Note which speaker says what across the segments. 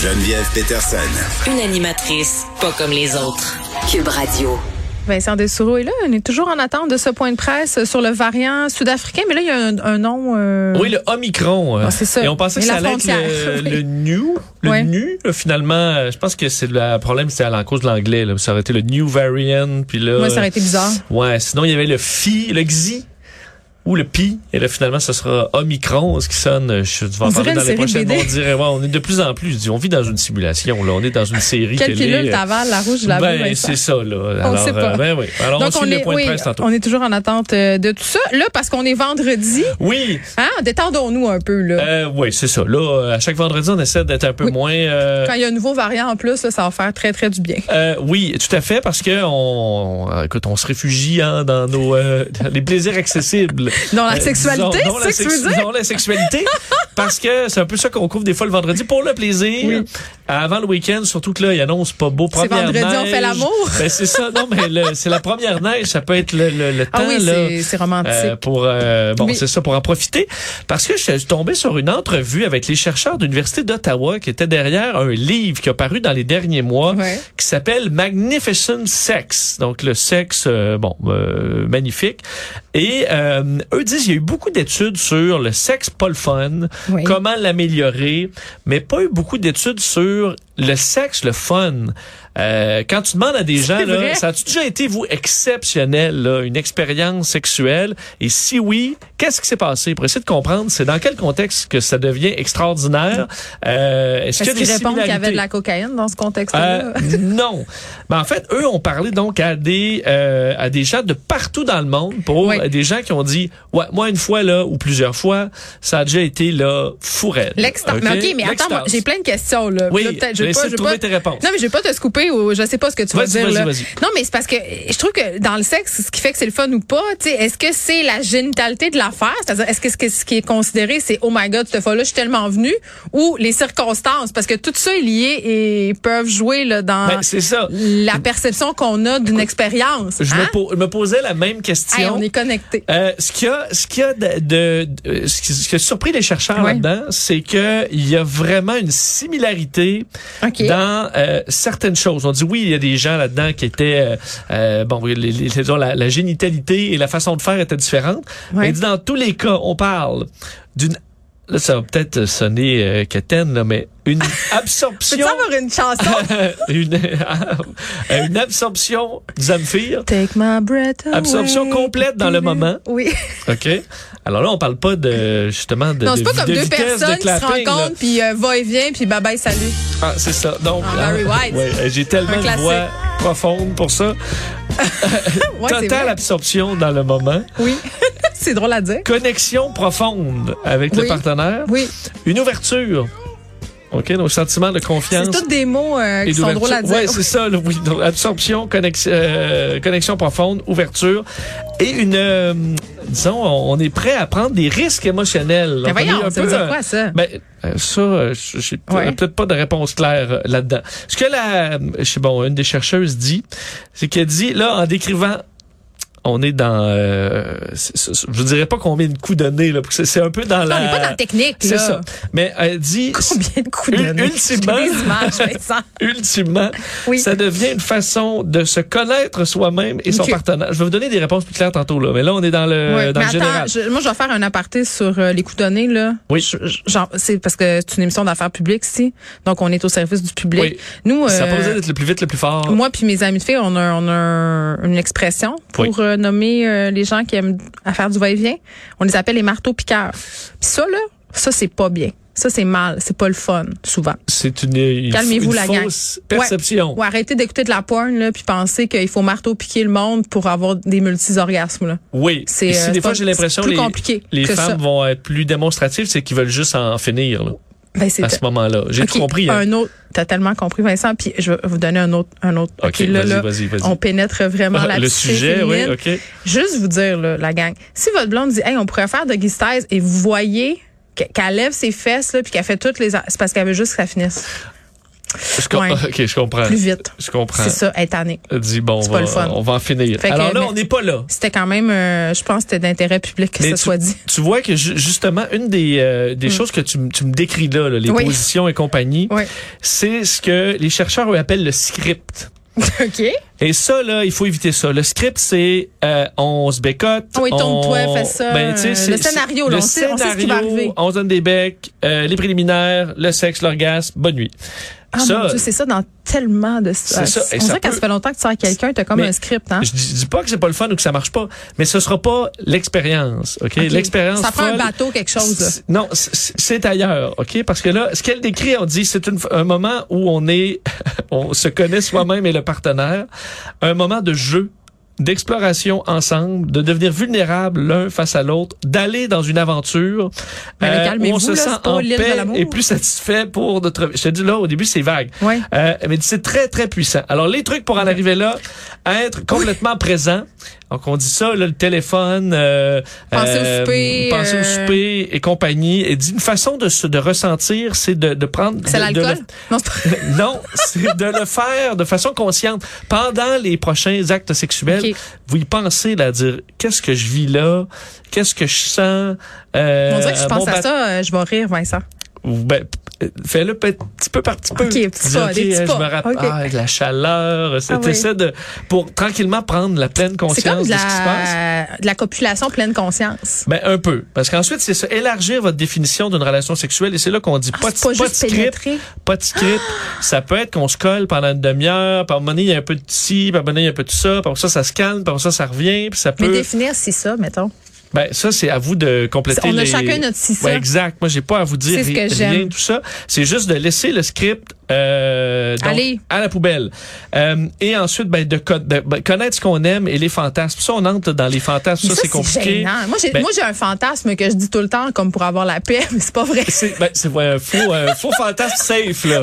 Speaker 1: Geneviève Peterson.
Speaker 2: Une animatrice pas comme les autres.
Speaker 3: Cube Radio.
Speaker 4: Vincent Dessureau est là. On est toujours en attente de ce point de presse sur le variant sud-africain, mais là, il y a un, un nom. euh,
Speaker 5: Oui, le Omicron. euh.
Speaker 4: Ah, c'est ça.
Speaker 5: Et on pensait que
Speaker 4: Et
Speaker 5: ça
Speaker 4: la
Speaker 5: allait être le,
Speaker 4: frontière, oui.
Speaker 5: le New. Le
Speaker 4: Ouais.
Speaker 5: New, là, finalement, euh, je pense que c'est le problème, c'était à la cause de l'anglais. là. Ça aurait été le New Variant. Puis là,
Speaker 4: Moi, ça aurait été bizarre.
Speaker 5: Ouais, sinon, il y avait le Phi, le Xi ou le Pi. Et là, finalement, ce sera Omicron, ce qui sonne. euh, Je vais
Speaker 4: On
Speaker 5: en
Speaker 4: dirait
Speaker 5: parler dans
Speaker 4: une
Speaker 5: les
Speaker 4: série de
Speaker 5: prochaines
Speaker 4: BD.
Speaker 5: On dirait, ouais, on est de plus en plus. je dis, On vit dans une simulation. Là. On est dans une série.
Speaker 4: Quelle
Speaker 5: télé,
Speaker 4: pilule
Speaker 5: euh,
Speaker 4: t'avales, la rouge, la bleue,
Speaker 5: Ben,
Speaker 4: Vincent?
Speaker 5: c'est ça, là. Alors,
Speaker 4: sait pas.
Speaker 5: euh, ben oui. Alors, on, suit le point
Speaker 4: oui,
Speaker 5: de presse tantôt.
Speaker 4: on est toujours en attente euh, de tout ça. Là, parce qu'on est vendredi,
Speaker 5: Oui,
Speaker 4: hein, détendons-nous un peu. Là.
Speaker 5: Euh, oui, c'est ça. Là, euh, à chaque vendredi, on essaie d'être un peu
Speaker 4: Oui.
Speaker 5: moins. euh,
Speaker 4: Quand il y a un nouveau variant en plus, là, ça va faire très, très du bien.
Speaker 5: euh, oui, tout à fait, parce que on, on- écoute, on se réfugie hein, dans nos euh, dans les plaisirs accessibles.
Speaker 4: Dans
Speaker 5: Euh,
Speaker 4: la sexualité,
Speaker 5: disons, non,
Speaker 4: c'est
Speaker 5: la
Speaker 4: ce que tu veux
Speaker 5: sexu-
Speaker 4: dire?
Speaker 5: non, la sexualité, parce que c'est un peu ça qu'on couvre des fois le vendredi pour le plaisir. Avant le week-end, surtout que là, ils annoncent pas beau.
Speaker 4: C'est
Speaker 5: Première
Speaker 4: vendredi, on
Speaker 5: neige.
Speaker 4: fait l'amour.
Speaker 5: Ben, c'est ça. Non, mais le- c'est la première neige. Ça peut être le, le, le
Speaker 4: Ah
Speaker 5: temps
Speaker 4: oui,
Speaker 5: là.
Speaker 4: c'est- c'est romantique.
Speaker 5: Euh, pour euh, bon,
Speaker 4: Mais-
Speaker 5: c'est ça pour en profiter parce que je suis tombé sur une entrevue avec les chercheurs de l'université d'Ottawa qui étaient derrière un livre qui a paru dans les derniers mois
Speaker 4: Ouais.
Speaker 5: qui s'appelle Magnificent Sex. Donc le sexe euh, bon euh, magnifique et euh, eux disent il y a eu beaucoup d'études sur le sexe pas le fun,
Speaker 4: Oui.
Speaker 5: comment l'améliorer, mais pas eu beaucoup d'études sur le sexe le fun. Euh, quand tu demandes à des gens là,
Speaker 4: vrai.
Speaker 5: ça a déjà été vous exceptionnel là, une expérience sexuelle et si oui, qu'est-ce qui s'est passé pour essayer de comprendre, c'est dans quel contexte que ça devient extraordinaire Euh, Est-ce qu'il
Speaker 4: Est-ce
Speaker 5: y a des
Speaker 4: qu'ils répondent qu'il y avait de
Speaker 5: similarités?
Speaker 4: la cocaïne dans ce contexte-là?
Speaker 5: Euh, non. Mais en fait, eux ont parlé donc à des euh, à des gens de partout dans le monde pour
Speaker 4: Oui.
Speaker 5: des gens qui ont dit ouais moi une fois là ou plusieurs fois ça a déjà été là fourrel.
Speaker 4: L'extase. Mais OK, mais attends, moi, j'ai plein de questions. Là.
Speaker 5: Oui,
Speaker 4: Là, peut-être, je
Speaker 5: mais
Speaker 4: vais pas-
Speaker 5: essaie de
Speaker 4: je vais
Speaker 5: trouver
Speaker 4: pas-
Speaker 5: tes réponses.
Speaker 4: Non, mais je vais pas te scooper ou je sais pas ce que tu vas
Speaker 5: Vas-y,
Speaker 4: dire.
Speaker 5: vas-y,
Speaker 4: là.
Speaker 5: vas-y.
Speaker 4: Non, mais c'est parce que euh, je trouve que dans le sexe, ce qui fait que c'est le fun ou pas, tu sais, est-ce que c'est la génitalité de l'affaire? C'est-à-dire, est-ce que ce que- ce qui est considéré, c'est Oh my God, cette fois-là, je suis tellement venu ou les circonstances? Parce que tout ça est lié et peuvent jouer là, dans
Speaker 5: Ben, c'est ça.
Speaker 4: la perception qu'on a d'une expérience.
Speaker 5: Je
Speaker 4: hein?
Speaker 5: me, po- je me posais la même question.
Speaker 4: Hey, on est connectés.
Speaker 5: Euh, ce qui a, ce qui a de, de- de- ce, qui, ce qui a surpris les chercheurs
Speaker 4: Ouais.
Speaker 5: là-dedans, c'est que il y a vraiment une similarité
Speaker 4: OK.
Speaker 5: dans euh, certaines choses. On dit oui, il y a des gens là-dedans qui étaient euh, euh, bon, les- les- les- disons, la, la génitalité et la façon de faire étaient différentes.
Speaker 4: Ouais.
Speaker 5: Mais il dit, dans tous les cas, on parle d'une Là, ça va peut-être sonner euh, quétaine, là, mais une
Speaker 4: Peux-tu
Speaker 5: absorption,
Speaker 4: avoir une chanson?
Speaker 5: une, une absorption des amphibies,
Speaker 4: Take my breath away.
Speaker 5: Absorption complète dans le moment.
Speaker 4: Oui.
Speaker 5: OK. Alors là, on parle pas de justement de,
Speaker 4: Non, c'est
Speaker 5: de-
Speaker 4: pas comme
Speaker 5: de
Speaker 4: deux
Speaker 5: vitesse, de
Speaker 4: personnes qui se
Speaker 5: clapping, là.
Speaker 4: rencontrent, puis euh, va et vient, puis bye bye, salut.
Speaker 5: Ah, c'est ça. Donc,
Speaker 4: Ah, Barry White.
Speaker 5: ouais, euh, j'ai
Speaker 4: Un
Speaker 5: tellement de
Speaker 4: classique.
Speaker 5: voix profonde pour ça.
Speaker 4: Ouais, c'est
Speaker 5: Totale
Speaker 4: vrai.
Speaker 5: absorption dans le moment.
Speaker 4: Oui. c'est drôle à dire.
Speaker 5: Connexion profonde avec
Speaker 4: Oui.
Speaker 5: le partenaire.
Speaker 4: Oui.
Speaker 5: Une ouverture. OK, donc sentiment de confiance.
Speaker 4: C'est tous des mots euh, qui
Speaker 5: et
Speaker 4: sont drôles à dire.
Speaker 5: Ouais, c'est ça. là, oui. Donc, absorption, connexion, euh, connexion profonde, ouverture et une, euh, disons, on on est prêt à prendre des risques émotionnels.
Speaker 4: Mais
Speaker 5: Donc, on est
Speaker 4: voyons,
Speaker 5: un
Speaker 4: ça
Speaker 5: peu,
Speaker 4: veut dire
Speaker 5: euh,
Speaker 4: quoi, ça?
Speaker 5: Ben, euh, ça, euh, je- j'ai peut-
Speaker 4: Ouais.
Speaker 5: peut-être pas de réponse claire euh, là-dedans. Ce que la, euh, je sais, bon, une des chercheuses dit, c'est qu'elle dit, là, en décrivant on est dans, euh, c'est- c'est- je dirais pas combien de coups donnés là, parce que c'est- c'est un peu dans
Speaker 4: Non,
Speaker 5: la.
Speaker 4: on n'est pas dans la technique, là.
Speaker 5: C'est ça. Mais elle dit
Speaker 4: Combien de coups de
Speaker 5: Ul- ultimement-
Speaker 4: Des images, Vincent.
Speaker 5: ultimement,
Speaker 4: Oui.
Speaker 5: ça devient une façon de se connaître soi-même et son
Speaker 4: Ok.
Speaker 5: partenaire. Je vais vous donner des réponses plus claires tantôt, là, mais là, on est dans le,
Speaker 4: Ouais.
Speaker 5: Euh, dans
Speaker 4: Mais attends,
Speaker 5: le général.
Speaker 4: je- moi, je vais faire un aparté sur euh, les coups donnés, là.
Speaker 5: Oui.
Speaker 4: Je- je- genre, c'est parce que c'est une émission d'affaires publiques, si. Donc, on est au service du public.
Speaker 5: Oui.
Speaker 4: Nous,
Speaker 5: Ça
Speaker 4: euh,
Speaker 5: posait d'être le plus vite, le plus fort.
Speaker 4: Moi puis mes amis de filles, on a, on a un- une expression pour
Speaker 5: Oui.
Speaker 4: euh, nommer euh, les gens qui aiment à faire du va-et-vient. On les appelle les marteaux piqueurs. Puis ça là, ça c'est pas bien. Ça c'est mal, c'est pas le fun souvent.
Speaker 5: C'est une, une,
Speaker 4: Calmez-vous,
Speaker 5: une
Speaker 4: la gang.
Speaker 5: fausse perception.
Speaker 4: Ou arrêtez d'écouter de la porn là puis penser qu'il faut marteau piquer le monde pour avoir des multisorgasmes là.
Speaker 5: Oui.
Speaker 4: C'est,
Speaker 5: Et
Speaker 4: euh,
Speaker 5: si
Speaker 4: c'est
Speaker 5: des fois
Speaker 4: pas-
Speaker 5: j'ai l'impression
Speaker 4: c'est plus
Speaker 5: les,
Speaker 4: compliqué
Speaker 5: les
Speaker 4: que
Speaker 5: femmes
Speaker 4: ça.
Speaker 5: vont être plus démonstratives, c'est qu'ils veulent juste en finir. là.
Speaker 4: Ben, c'est
Speaker 5: à ce moment-là. J'ai
Speaker 4: Ok,
Speaker 5: tout compris. hein.
Speaker 4: Un autre, t'as tellement compris, Vincent. Puis je vais vous donner un autre, un autre.
Speaker 5: Ok,
Speaker 4: là,
Speaker 5: vas-y,
Speaker 4: là,
Speaker 5: vas-y, vas-y.
Speaker 4: on pénètre vraiment
Speaker 5: Ah,
Speaker 4: la
Speaker 5: le
Speaker 4: psyché
Speaker 5: sujet, oui,
Speaker 4: féminine.
Speaker 5: ok.
Speaker 4: Juste vous dire, là, la gang, si votre blonde dit, hey, on pourrait faire de guistaise et vous voyez que- qu'elle lève ses fesses là, puis qu'elle fait toutes les, a- c'est parce qu'elle veut juste que ça finisse
Speaker 5: Je com-
Speaker 4: Ouais.
Speaker 5: Ok, je comprends.
Speaker 4: plus vite.
Speaker 5: Je comprends.
Speaker 4: C'est ça, être année.
Speaker 5: Dis bon, on
Speaker 4: C'est pas le
Speaker 5: va,
Speaker 4: fun.
Speaker 5: on va en finir.
Speaker 4: Fait que,
Speaker 5: Alors là,
Speaker 4: mais-
Speaker 5: on n'est pas là.
Speaker 4: C'était quand même, euh, je pense, que c'était d'intérêt public que
Speaker 5: Mais
Speaker 4: ça
Speaker 5: tu,
Speaker 4: soit dit. Hmm.
Speaker 5: tu vois que ju- justement, une des, euh, des choses que tu, m- tu me décris là, là, les
Speaker 4: Oui.
Speaker 5: positions et compagnie,
Speaker 4: Oui.
Speaker 5: c'est ce que les chercheurs eux, appellent le script.
Speaker 4: ok.
Speaker 5: Et ça, là, il faut éviter ça. Le script, c'est euh, on se bécote.
Speaker 4: Oui, tourne-toi,
Speaker 5: on- Ben,
Speaker 4: fais ça.
Speaker 5: tu sais,
Speaker 4: Euh,
Speaker 5: c'est-
Speaker 4: le scénario, là,
Speaker 5: c'est- le
Speaker 4: on sait- on sait ce qui va
Speaker 5: scénario,
Speaker 4: arriver.
Speaker 5: On se donne des becs, euh, les préliminaires, le sexe, l'orgasme, bonne nuit.
Speaker 4: Ah mon Dieu, c'est ça dans tellement de
Speaker 5: C'est ça, et
Speaker 4: On
Speaker 5: ça
Speaker 4: dirait quand
Speaker 5: peut-
Speaker 4: ça fait longtemps que tu sers à quelqu'un, t'as comme
Speaker 5: Mais
Speaker 4: un script, hein?
Speaker 5: Je dis, dis pas que c'est pas le fun ou que ça marche pas, mais ce sera pas l'expérience, ok?
Speaker 4: Ok.
Speaker 5: L'expérience.
Speaker 4: Ça prend un
Speaker 5: folle,
Speaker 4: bateau, quelque chose, là.
Speaker 5: c'est- Non, c'est- c'est ailleurs, ok? Parce que là, ce qu'elle décrit, on dit, c'est une- un moment où on est, on se connaît soi-même et le partenaire, un moment de jeu, d'exploration ensemble, de devenir vulnérable l'un face à l'autre, d'aller dans une aventure euh,
Speaker 4: Mais là,
Speaker 5: où on
Speaker 4: calmez-vous,
Speaker 5: se
Speaker 4: là,
Speaker 5: sent
Speaker 4: c'est pas
Speaker 5: en
Speaker 4: l'île de
Speaker 5: paix
Speaker 4: l'amour.
Speaker 5: et plus satisfait pour notre. Je te dis là, au début, c'est vague.
Speaker 4: Ouais.
Speaker 5: Euh, mais c'est très, très puissant. Alors, les trucs pour en arriver là, être complètement présent. Donc, on dit ça, là, le téléphone, euh,
Speaker 4: Penser au souper,
Speaker 5: penser au
Speaker 4: euh,
Speaker 5: souper et compagnie. Et d'une façon de, se- de ressentir, c'est de, de prendre...
Speaker 4: C'est
Speaker 5: de- de
Speaker 4: l'alcool?
Speaker 5: le-
Speaker 4: Non, c'est pas-
Speaker 5: non, c'est de le faire de façon consciente. Pendant les prochains actes sexuels,
Speaker 4: Ok.
Speaker 5: vous y pensez, là, à dire, qu'est-ce que je vis là? Qu'est-ce que je sens? Euh,
Speaker 4: On dirait que je pense
Speaker 5: mon
Speaker 4: à
Speaker 5: bat-
Speaker 4: ça, euh, je vais rire, Vincent.
Speaker 5: ou ben, p- euh, fais-le petit peu par petit peu.
Speaker 4: Ok, petit
Speaker 5: Tu dis,
Speaker 4: pas, des
Speaker 5: OK,
Speaker 4: petits
Speaker 5: hein,
Speaker 4: pas.
Speaker 5: Je me rappelle
Speaker 4: Ok.
Speaker 5: ah, avec la chaleur. c'est
Speaker 4: Ah oui.
Speaker 5: t'essaies de pour tranquillement prendre la pleine
Speaker 4: C'est
Speaker 5: conscience
Speaker 4: comme de
Speaker 5: de, ce qui se passe.
Speaker 4: la, de la copulation pleine conscience.
Speaker 5: Ben un peu, parce qu'ensuite c'est ça, élargir votre définition d'une relation sexuelle et c'est là qu'on dit
Speaker 4: Ah,
Speaker 5: pas, de-
Speaker 4: c'est pas
Speaker 5: pas de
Speaker 4: juste
Speaker 5: script,
Speaker 4: pénétrer. Ah!
Speaker 5: pas de script. ça peut être qu'on se colle pendant une demi-heure, par un moment donné il y a un peu de ci, par un moment donné il y a un peu de ça, par ça ça se calme, par ça ça revient, puis ça
Speaker 4: Mais
Speaker 5: peut.
Speaker 4: définir, c'est ça, mettons.
Speaker 5: Ben ça c'est à vous de compléter.
Speaker 4: On a
Speaker 5: les-
Speaker 4: chacun notre six
Speaker 5: Ouais,
Speaker 4: ça.
Speaker 5: exact. Moi j'ai pas à vous dire
Speaker 4: C'est ce
Speaker 5: ri-
Speaker 4: que
Speaker 5: rien de
Speaker 4: j'aime.
Speaker 5: tout ça. C'est juste de laisser le script euh, donc,
Speaker 4: Allez.
Speaker 5: à la poubelle. Euh, et ensuite ben, de, co- de- ben, connaître ce qu'on aime et les fantasmes. Ça on entre dans les fantasmes.
Speaker 4: Mais
Speaker 5: Ça, c'est compliqué.
Speaker 4: gênant. Moi, j'ai
Speaker 5: Ben,
Speaker 4: moi, j'ai un fantasme que je dis tout le temps comme pour avoir la paix, mais c'est pas vrai.
Speaker 5: c'est ben, c'est, ouais, un faux, un faux fantasme safe là.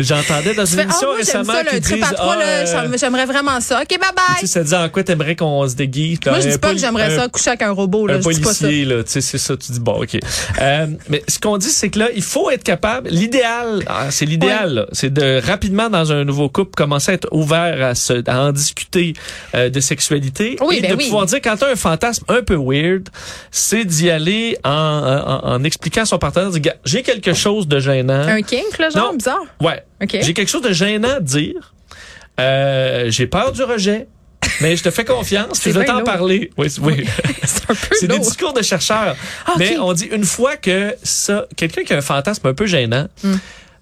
Speaker 5: J'entendais dans une
Speaker 4: Fais, Ah,
Speaker 5: émission
Speaker 4: moi, j'aime
Speaker 5: récemment
Speaker 4: ça, là, un
Speaker 5: qui
Speaker 4: trip à
Speaker 5: disent,
Speaker 4: trois,
Speaker 5: ah,
Speaker 4: là,
Speaker 5: euh,
Speaker 4: j'aime- j'aimerais vraiment ça. OK,
Speaker 5: tu sais,
Speaker 4: bye-bye.
Speaker 5: ça disait en quoi t'aimerais qu'on se déguise.
Speaker 4: Moi, je
Speaker 5: Un
Speaker 4: dis pas que
Speaker 5: poli-
Speaker 4: j'aimerais
Speaker 5: un
Speaker 4: ça coucher avec un robot, là.
Speaker 5: un
Speaker 4: Je dis pas ça.
Speaker 5: policier, là, tu sais, c'est ça, tu dis, bon, OK. Euh, mais ce qu'on dit, c'est que là, il faut être capable, l'idéal, ah, c'est l'idéal, là, c'est de rapidement, dans un nouveau couple, commencer à être ouvert à, se, à en discuter euh, de sexualité.
Speaker 4: Oui,
Speaker 5: et
Speaker 4: ben
Speaker 5: de
Speaker 4: oui.
Speaker 5: pouvoir dire, quand t'as un fantasme un peu weird, c'est d'y aller en, en, en- en expliquant à son partenaire, dire, Gars, j'ai quelque chose de gênant.
Speaker 4: Un kink, là, genre,
Speaker 5: hein? Non.
Speaker 4: bizarre.
Speaker 5: Ouais.
Speaker 4: OK.
Speaker 5: J'ai quelque chose de gênant à dire. Euh, j'ai peur du rejet. Mais je te fais confiance, puis
Speaker 4: C'est
Speaker 5: je vais
Speaker 4: bien
Speaker 5: t'en
Speaker 4: lourd.
Speaker 5: parler. Oui, oui.
Speaker 4: C'est un peu
Speaker 5: C'est des
Speaker 4: lourd.
Speaker 5: discours de chercheurs.
Speaker 4: Ah, ok.
Speaker 5: Mais on dit une fois que ça, quelqu'un qui a un fantasme un peu gênant,
Speaker 4: Hmm.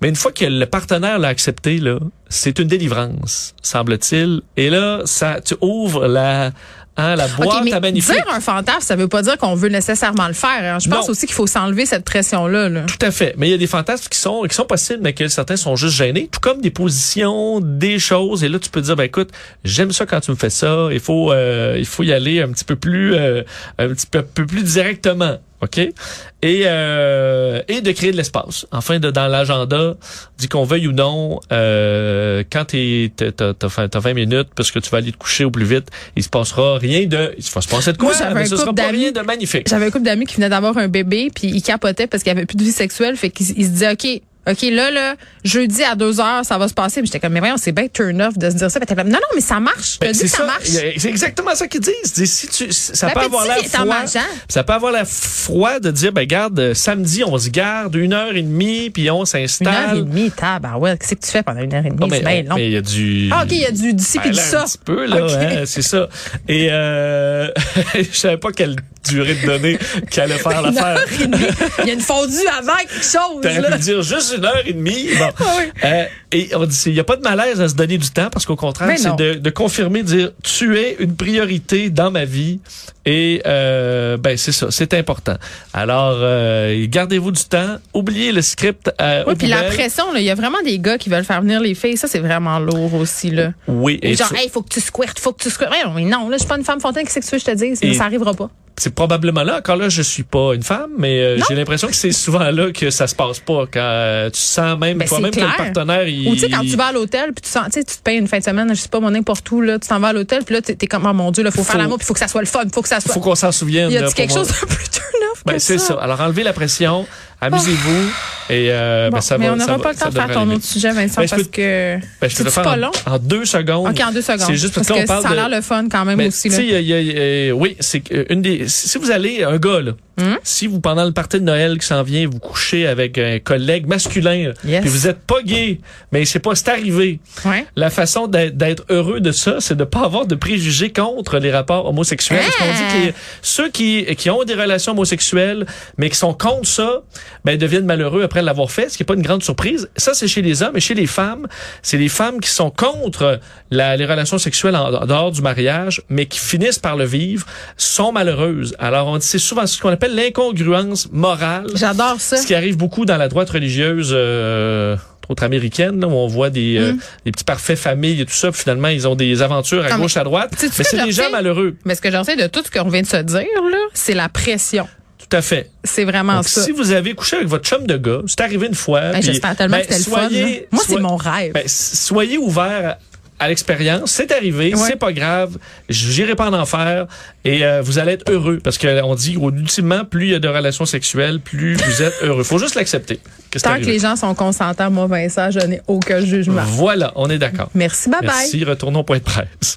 Speaker 5: mais une fois que le partenaire l'a accepté, là, c'est une délivrance, semble-t-il. Et là, ça, tu ouvres la, hein, la
Speaker 4: OK,
Speaker 5: boîte
Speaker 4: mais
Speaker 5: à magnifique.
Speaker 4: dire un fantasme, ça veut pas dire qu'on veut nécessairement le faire. hein. Je pense
Speaker 5: Non.
Speaker 4: aussi qu'il faut s'enlever cette pression-là. là.
Speaker 5: Tout à fait. Mais il y a des fantasmes qui sont, qui sont possibles, mais que certains sont juste gênés, tout comme des positions, des choses. Et là, tu peux dire, ben écoute, j'aime ça quand tu me fais ça. Il faut, euh, il faut y aller un petit peu plus, euh, un petit peu, peu plus directement. OK? Et, euh, et de créer de l'espace. Enfin, de, dans l'agenda, dit qu'on veuille ou non, euh, quand t'es- t'es- t'as t'as fait- t'as 20 minutes, parce que tu vas aller te coucher au plus vite, il se passera rien de... Il va se passer de quoi,
Speaker 4: Moi, j'avais
Speaker 5: mais
Speaker 4: ben, un
Speaker 5: ce sera
Speaker 4: couple
Speaker 5: pas
Speaker 4: d'amis.
Speaker 5: rien de magnifique.
Speaker 4: J'avais un couple d'amis qui venait d'avoir un bébé, puis ils capotaient parce qu'il n'y avait plus de vie sexuelle. Fait qu'ils ils se disaient, OK, OK, là, là, jeudi à 2 heures, ça va se passer. Puis j'étais comme, mais voyons, c'est bien turn off de se dire ça. Puis t'es comme, non, non, mais ça marche. Je te
Speaker 5: Ben,
Speaker 4: dis
Speaker 5: c'est
Speaker 4: que ça, marche. Ben,
Speaker 5: C'est exactement ça qu'ils disent. Ils disent, si tu, ça peut
Speaker 4: L'appétit
Speaker 5: avoir l'air
Speaker 4: vient en
Speaker 5: froid.
Speaker 4: mangeant.
Speaker 5: Ça peut avoir l'air froid de dire, ben garde, euh, samedi on se garde une heure et demie, puis on
Speaker 4: Une heure et
Speaker 5: s'installe.
Speaker 4: demie, tabarouette. Qu'est-ce que tu fais pendant une heure et demie?
Speaker 5: Non, mais
Speaker 4: c'est bien
Speaker 5: on-
Speaker 4: long.
Speaker 5: mais il y a du.
Speaker 4: Ah, OK, il y a du d'ici
Speaker 5: Ben,
Speaker 4: puis du
Speaker 5: là,
Speaker 4: ça.
Speaker 5: Un petit peu, là,
Speaker 4: OK.
Speaker 5: hein, c'est ça. Et euh, je savais pas quelle durée de données qu'elle allait faire
Speaker 4: Une
Speaker 5: l'affaire.
Speaker 4: heure et demie. Il y a une fondue avant quelque chose.
Speaker 5: T'aurais pu
Speaker 4: Là. Ah
Speaker 5: dire juste une heure et demie. Bon. Euh, et on dit, il n'y a pas de malaise à se donner du temps parce qu'au contraire,
Speaker 4: Mais
Speaker 5: c'est
Speaker 4: non.
Speaker 5: de, de confirmer, de dire, tu es une priorité dans ma vie. Et euh, ben c'est ça, c'est important. Alors, euh, gardez-vous du temps. Oubliez le script euh,
Speaker 4: Oui,
Speaker 5: aux
Speaker 4: puis la
Speaker 5: poubelles.
Speaker 4: pression, là, il y a vraiment des gars qui veulent faire venir les filles. Ça, c'est vraiment lourd aussi. Là.
Speaker 5: Oui, et
Speaker 4: Genre,
Speaker 5: ça-
Speaker 4: hey, faut que tu squirtes, faut que tu squirtes. Ouais, non, mais non, là, je suis pas une femme fontaine qui sexuelle, je te dis.
Speaker 5: Et-
Speaker 4: Ça arrivera pas.
Speaker 5: c'est probablement là. Encore là, je suis pas une femme, mais euh, j'ai l'impression que c'est souvent là que ça se passe pas. Quand euh, tu sens même
Speaker 4: Ben,
Speaker 5: toi-même
Speaker 4: c'est
Speaker 5: que le
Speaker 4: clair.
Speaker 5: partenaire, il...
Speaker 4: Ou tu sais, quand tu vas à l'hôtel, puis tu sens, tu sais, tu te payes une fin de semaine, je sais pas, moi, n'importe où, là, tu t'en vas à l'hôtel, puis là, t'es t'es comme, oh mon Dieu, là, faut,
Speaker 5: Faut-
Speaker 4: faire l'amour, puis faut que ça soit le fun, faut que ça soit.
Speaker 5: faut qu'on s'en souvienne.
Speaker 4: Il y
Speaker 5: là,
Speaker 4: a
Speaker 5: pour
Speaker 4: quelque
Speaker 5: moi.
Speaker 4: chose de plus turn off
Speaker 5: Ben,
Speaker 4: que Ah.
Speaker 5: c'est ça. Alors, enlevez la pression, amusez-vous, et euh, ben,
Speaker 4: Bon,
Speaker 5: ça
Speaker 4: mais
Speaker 5: va.
Speaker 4: on
Speaker 5: ça
Speaker 4: n'aura
Speaker 5: va-
Speaker 4: pas le
Speaker 5: ça
Speaker 4: temps de faire ton
Speaker 5: devrait aller
Speaker 4: autre sujet, Vincent,
Speaker 5: Ben, je
Speaker 4: parce
Speaker 5: peux-
Speaker 4: que.
Speaker 5: Ben, je te le
Speaker 4: C'est-tu
Speaker 5: fais
Speaker 4: pas
Speaker 5: en,
Speaker 4: long?
Speaker 5: en deux secondes.
Speaker 4: OK, en deux secondes.
Speaker 5: C'est juste parce,
Speaker 4: que
Speaker 5: qu'on parle
Speaker 4: ça a
Speaker 5: de...
Speaker 4: l'air le fun quand même
Speaker 5: Ben,
Speaker 4: aussi.
Speaker 5: tu
Speaker 4: Là.
Speaker 5: sais, il y a- il y a- il y a- oui, c'est que, euh, une des. Si si vous allez, un gars, là,
Speaker 4: Hmm?
Speaker 5: si vous, pendant le party de Noël qui s'en vient, vous couchez avec un collègue masculin, et
Speaker 4: Yes.
Speaker 5: puis vous êtes pas gay, mais c'est pas, c'est arrivé.
Speaker 4: Ouais.
Speaker 5: La façon d'être- d'être heureux de ça, c'est de pas avoir de préjugés contre les rapports homosexuels. Parce qu'on dit que les- ceux qui, qui ont des relations homosexuelles, mais qui sont contre ça, ben, deviennent malheureux après l'avoir fait, ce qui n'est pas une grande surprise. Ça, c'est chez les hommes. Et chez les femmes, c'est les femmes qui sont contre la- les relations sexuelles en, en dehors du mariage, mais qui finissent par le vivre, sont malheureuses. Alors, on dit- c'est souvent ce qu'on appelle l'incongruence morale.
Speaker 4: J'adore ça.
Speaker 5: Ce qui arrive beaucoup dans la droite religieuse, euh, autre américaine, là, où on voit des, euh,
Speaker 4: Mm.
Speaker 5: des petits parfaits familles et tout ça. puis Finalement, ils ont des aventures à
Speaker 4: Non, Ah, mais-
Speaker 5: gauche, à droite.
Speaker 4: Sais-tu
Speaker 5: Mais
Speaker 4: que
Speaker 5: c'est
Speaker 4: je
Speaker 5: des gens
Speaker 4: retiens?
Speaker 5: malheureux.
Speaker 4: Mais ce que j'en sais de tout ce qu'on vient de se dire, là, c'est la pression.
Speaker 5: Tout à fait.
Speaker 4: C'est vraiment
Speaker 5: Donc,
Speaker 4: ça.
Speaker 5: si vous avez couché avec votre chum de gars, c'est arrivé une fois.
Speaker 4: Ben,
Speaker 5: puis-
Speaker 4: J'espère tellement
Speaker 5: ben,
Speaker 4: que c'était le fun.
Speaker 5: soyez-
Speaker 4: là. Moi, c'est
Speaker 5: soy-
Speaker 4: mon rêve.
Speaker 5: ben, s- soyez ouverts à l'expérience, c'est arrivé,
Speaker 4: Ouais.
Speaker 5: c'est pas grave, j'irai pas en enfer et euh, vous allez être heureux parce qu'on dit au- ultimement plus il y a de relations sexuelles, plus vous êtes heureux. Faut juste l'accepter. que c'est
Speaker 4: Tant que
Speaker 5: arrivé.
Speaker 4: les gens sont consentants, moi, Vincent, je n'ai aucun jugement.
Speaker 5: Voilà, on est d'accord.
Speaker 4: Merci, bye bye.
Speaker 5: Merci, retournons au point de presse.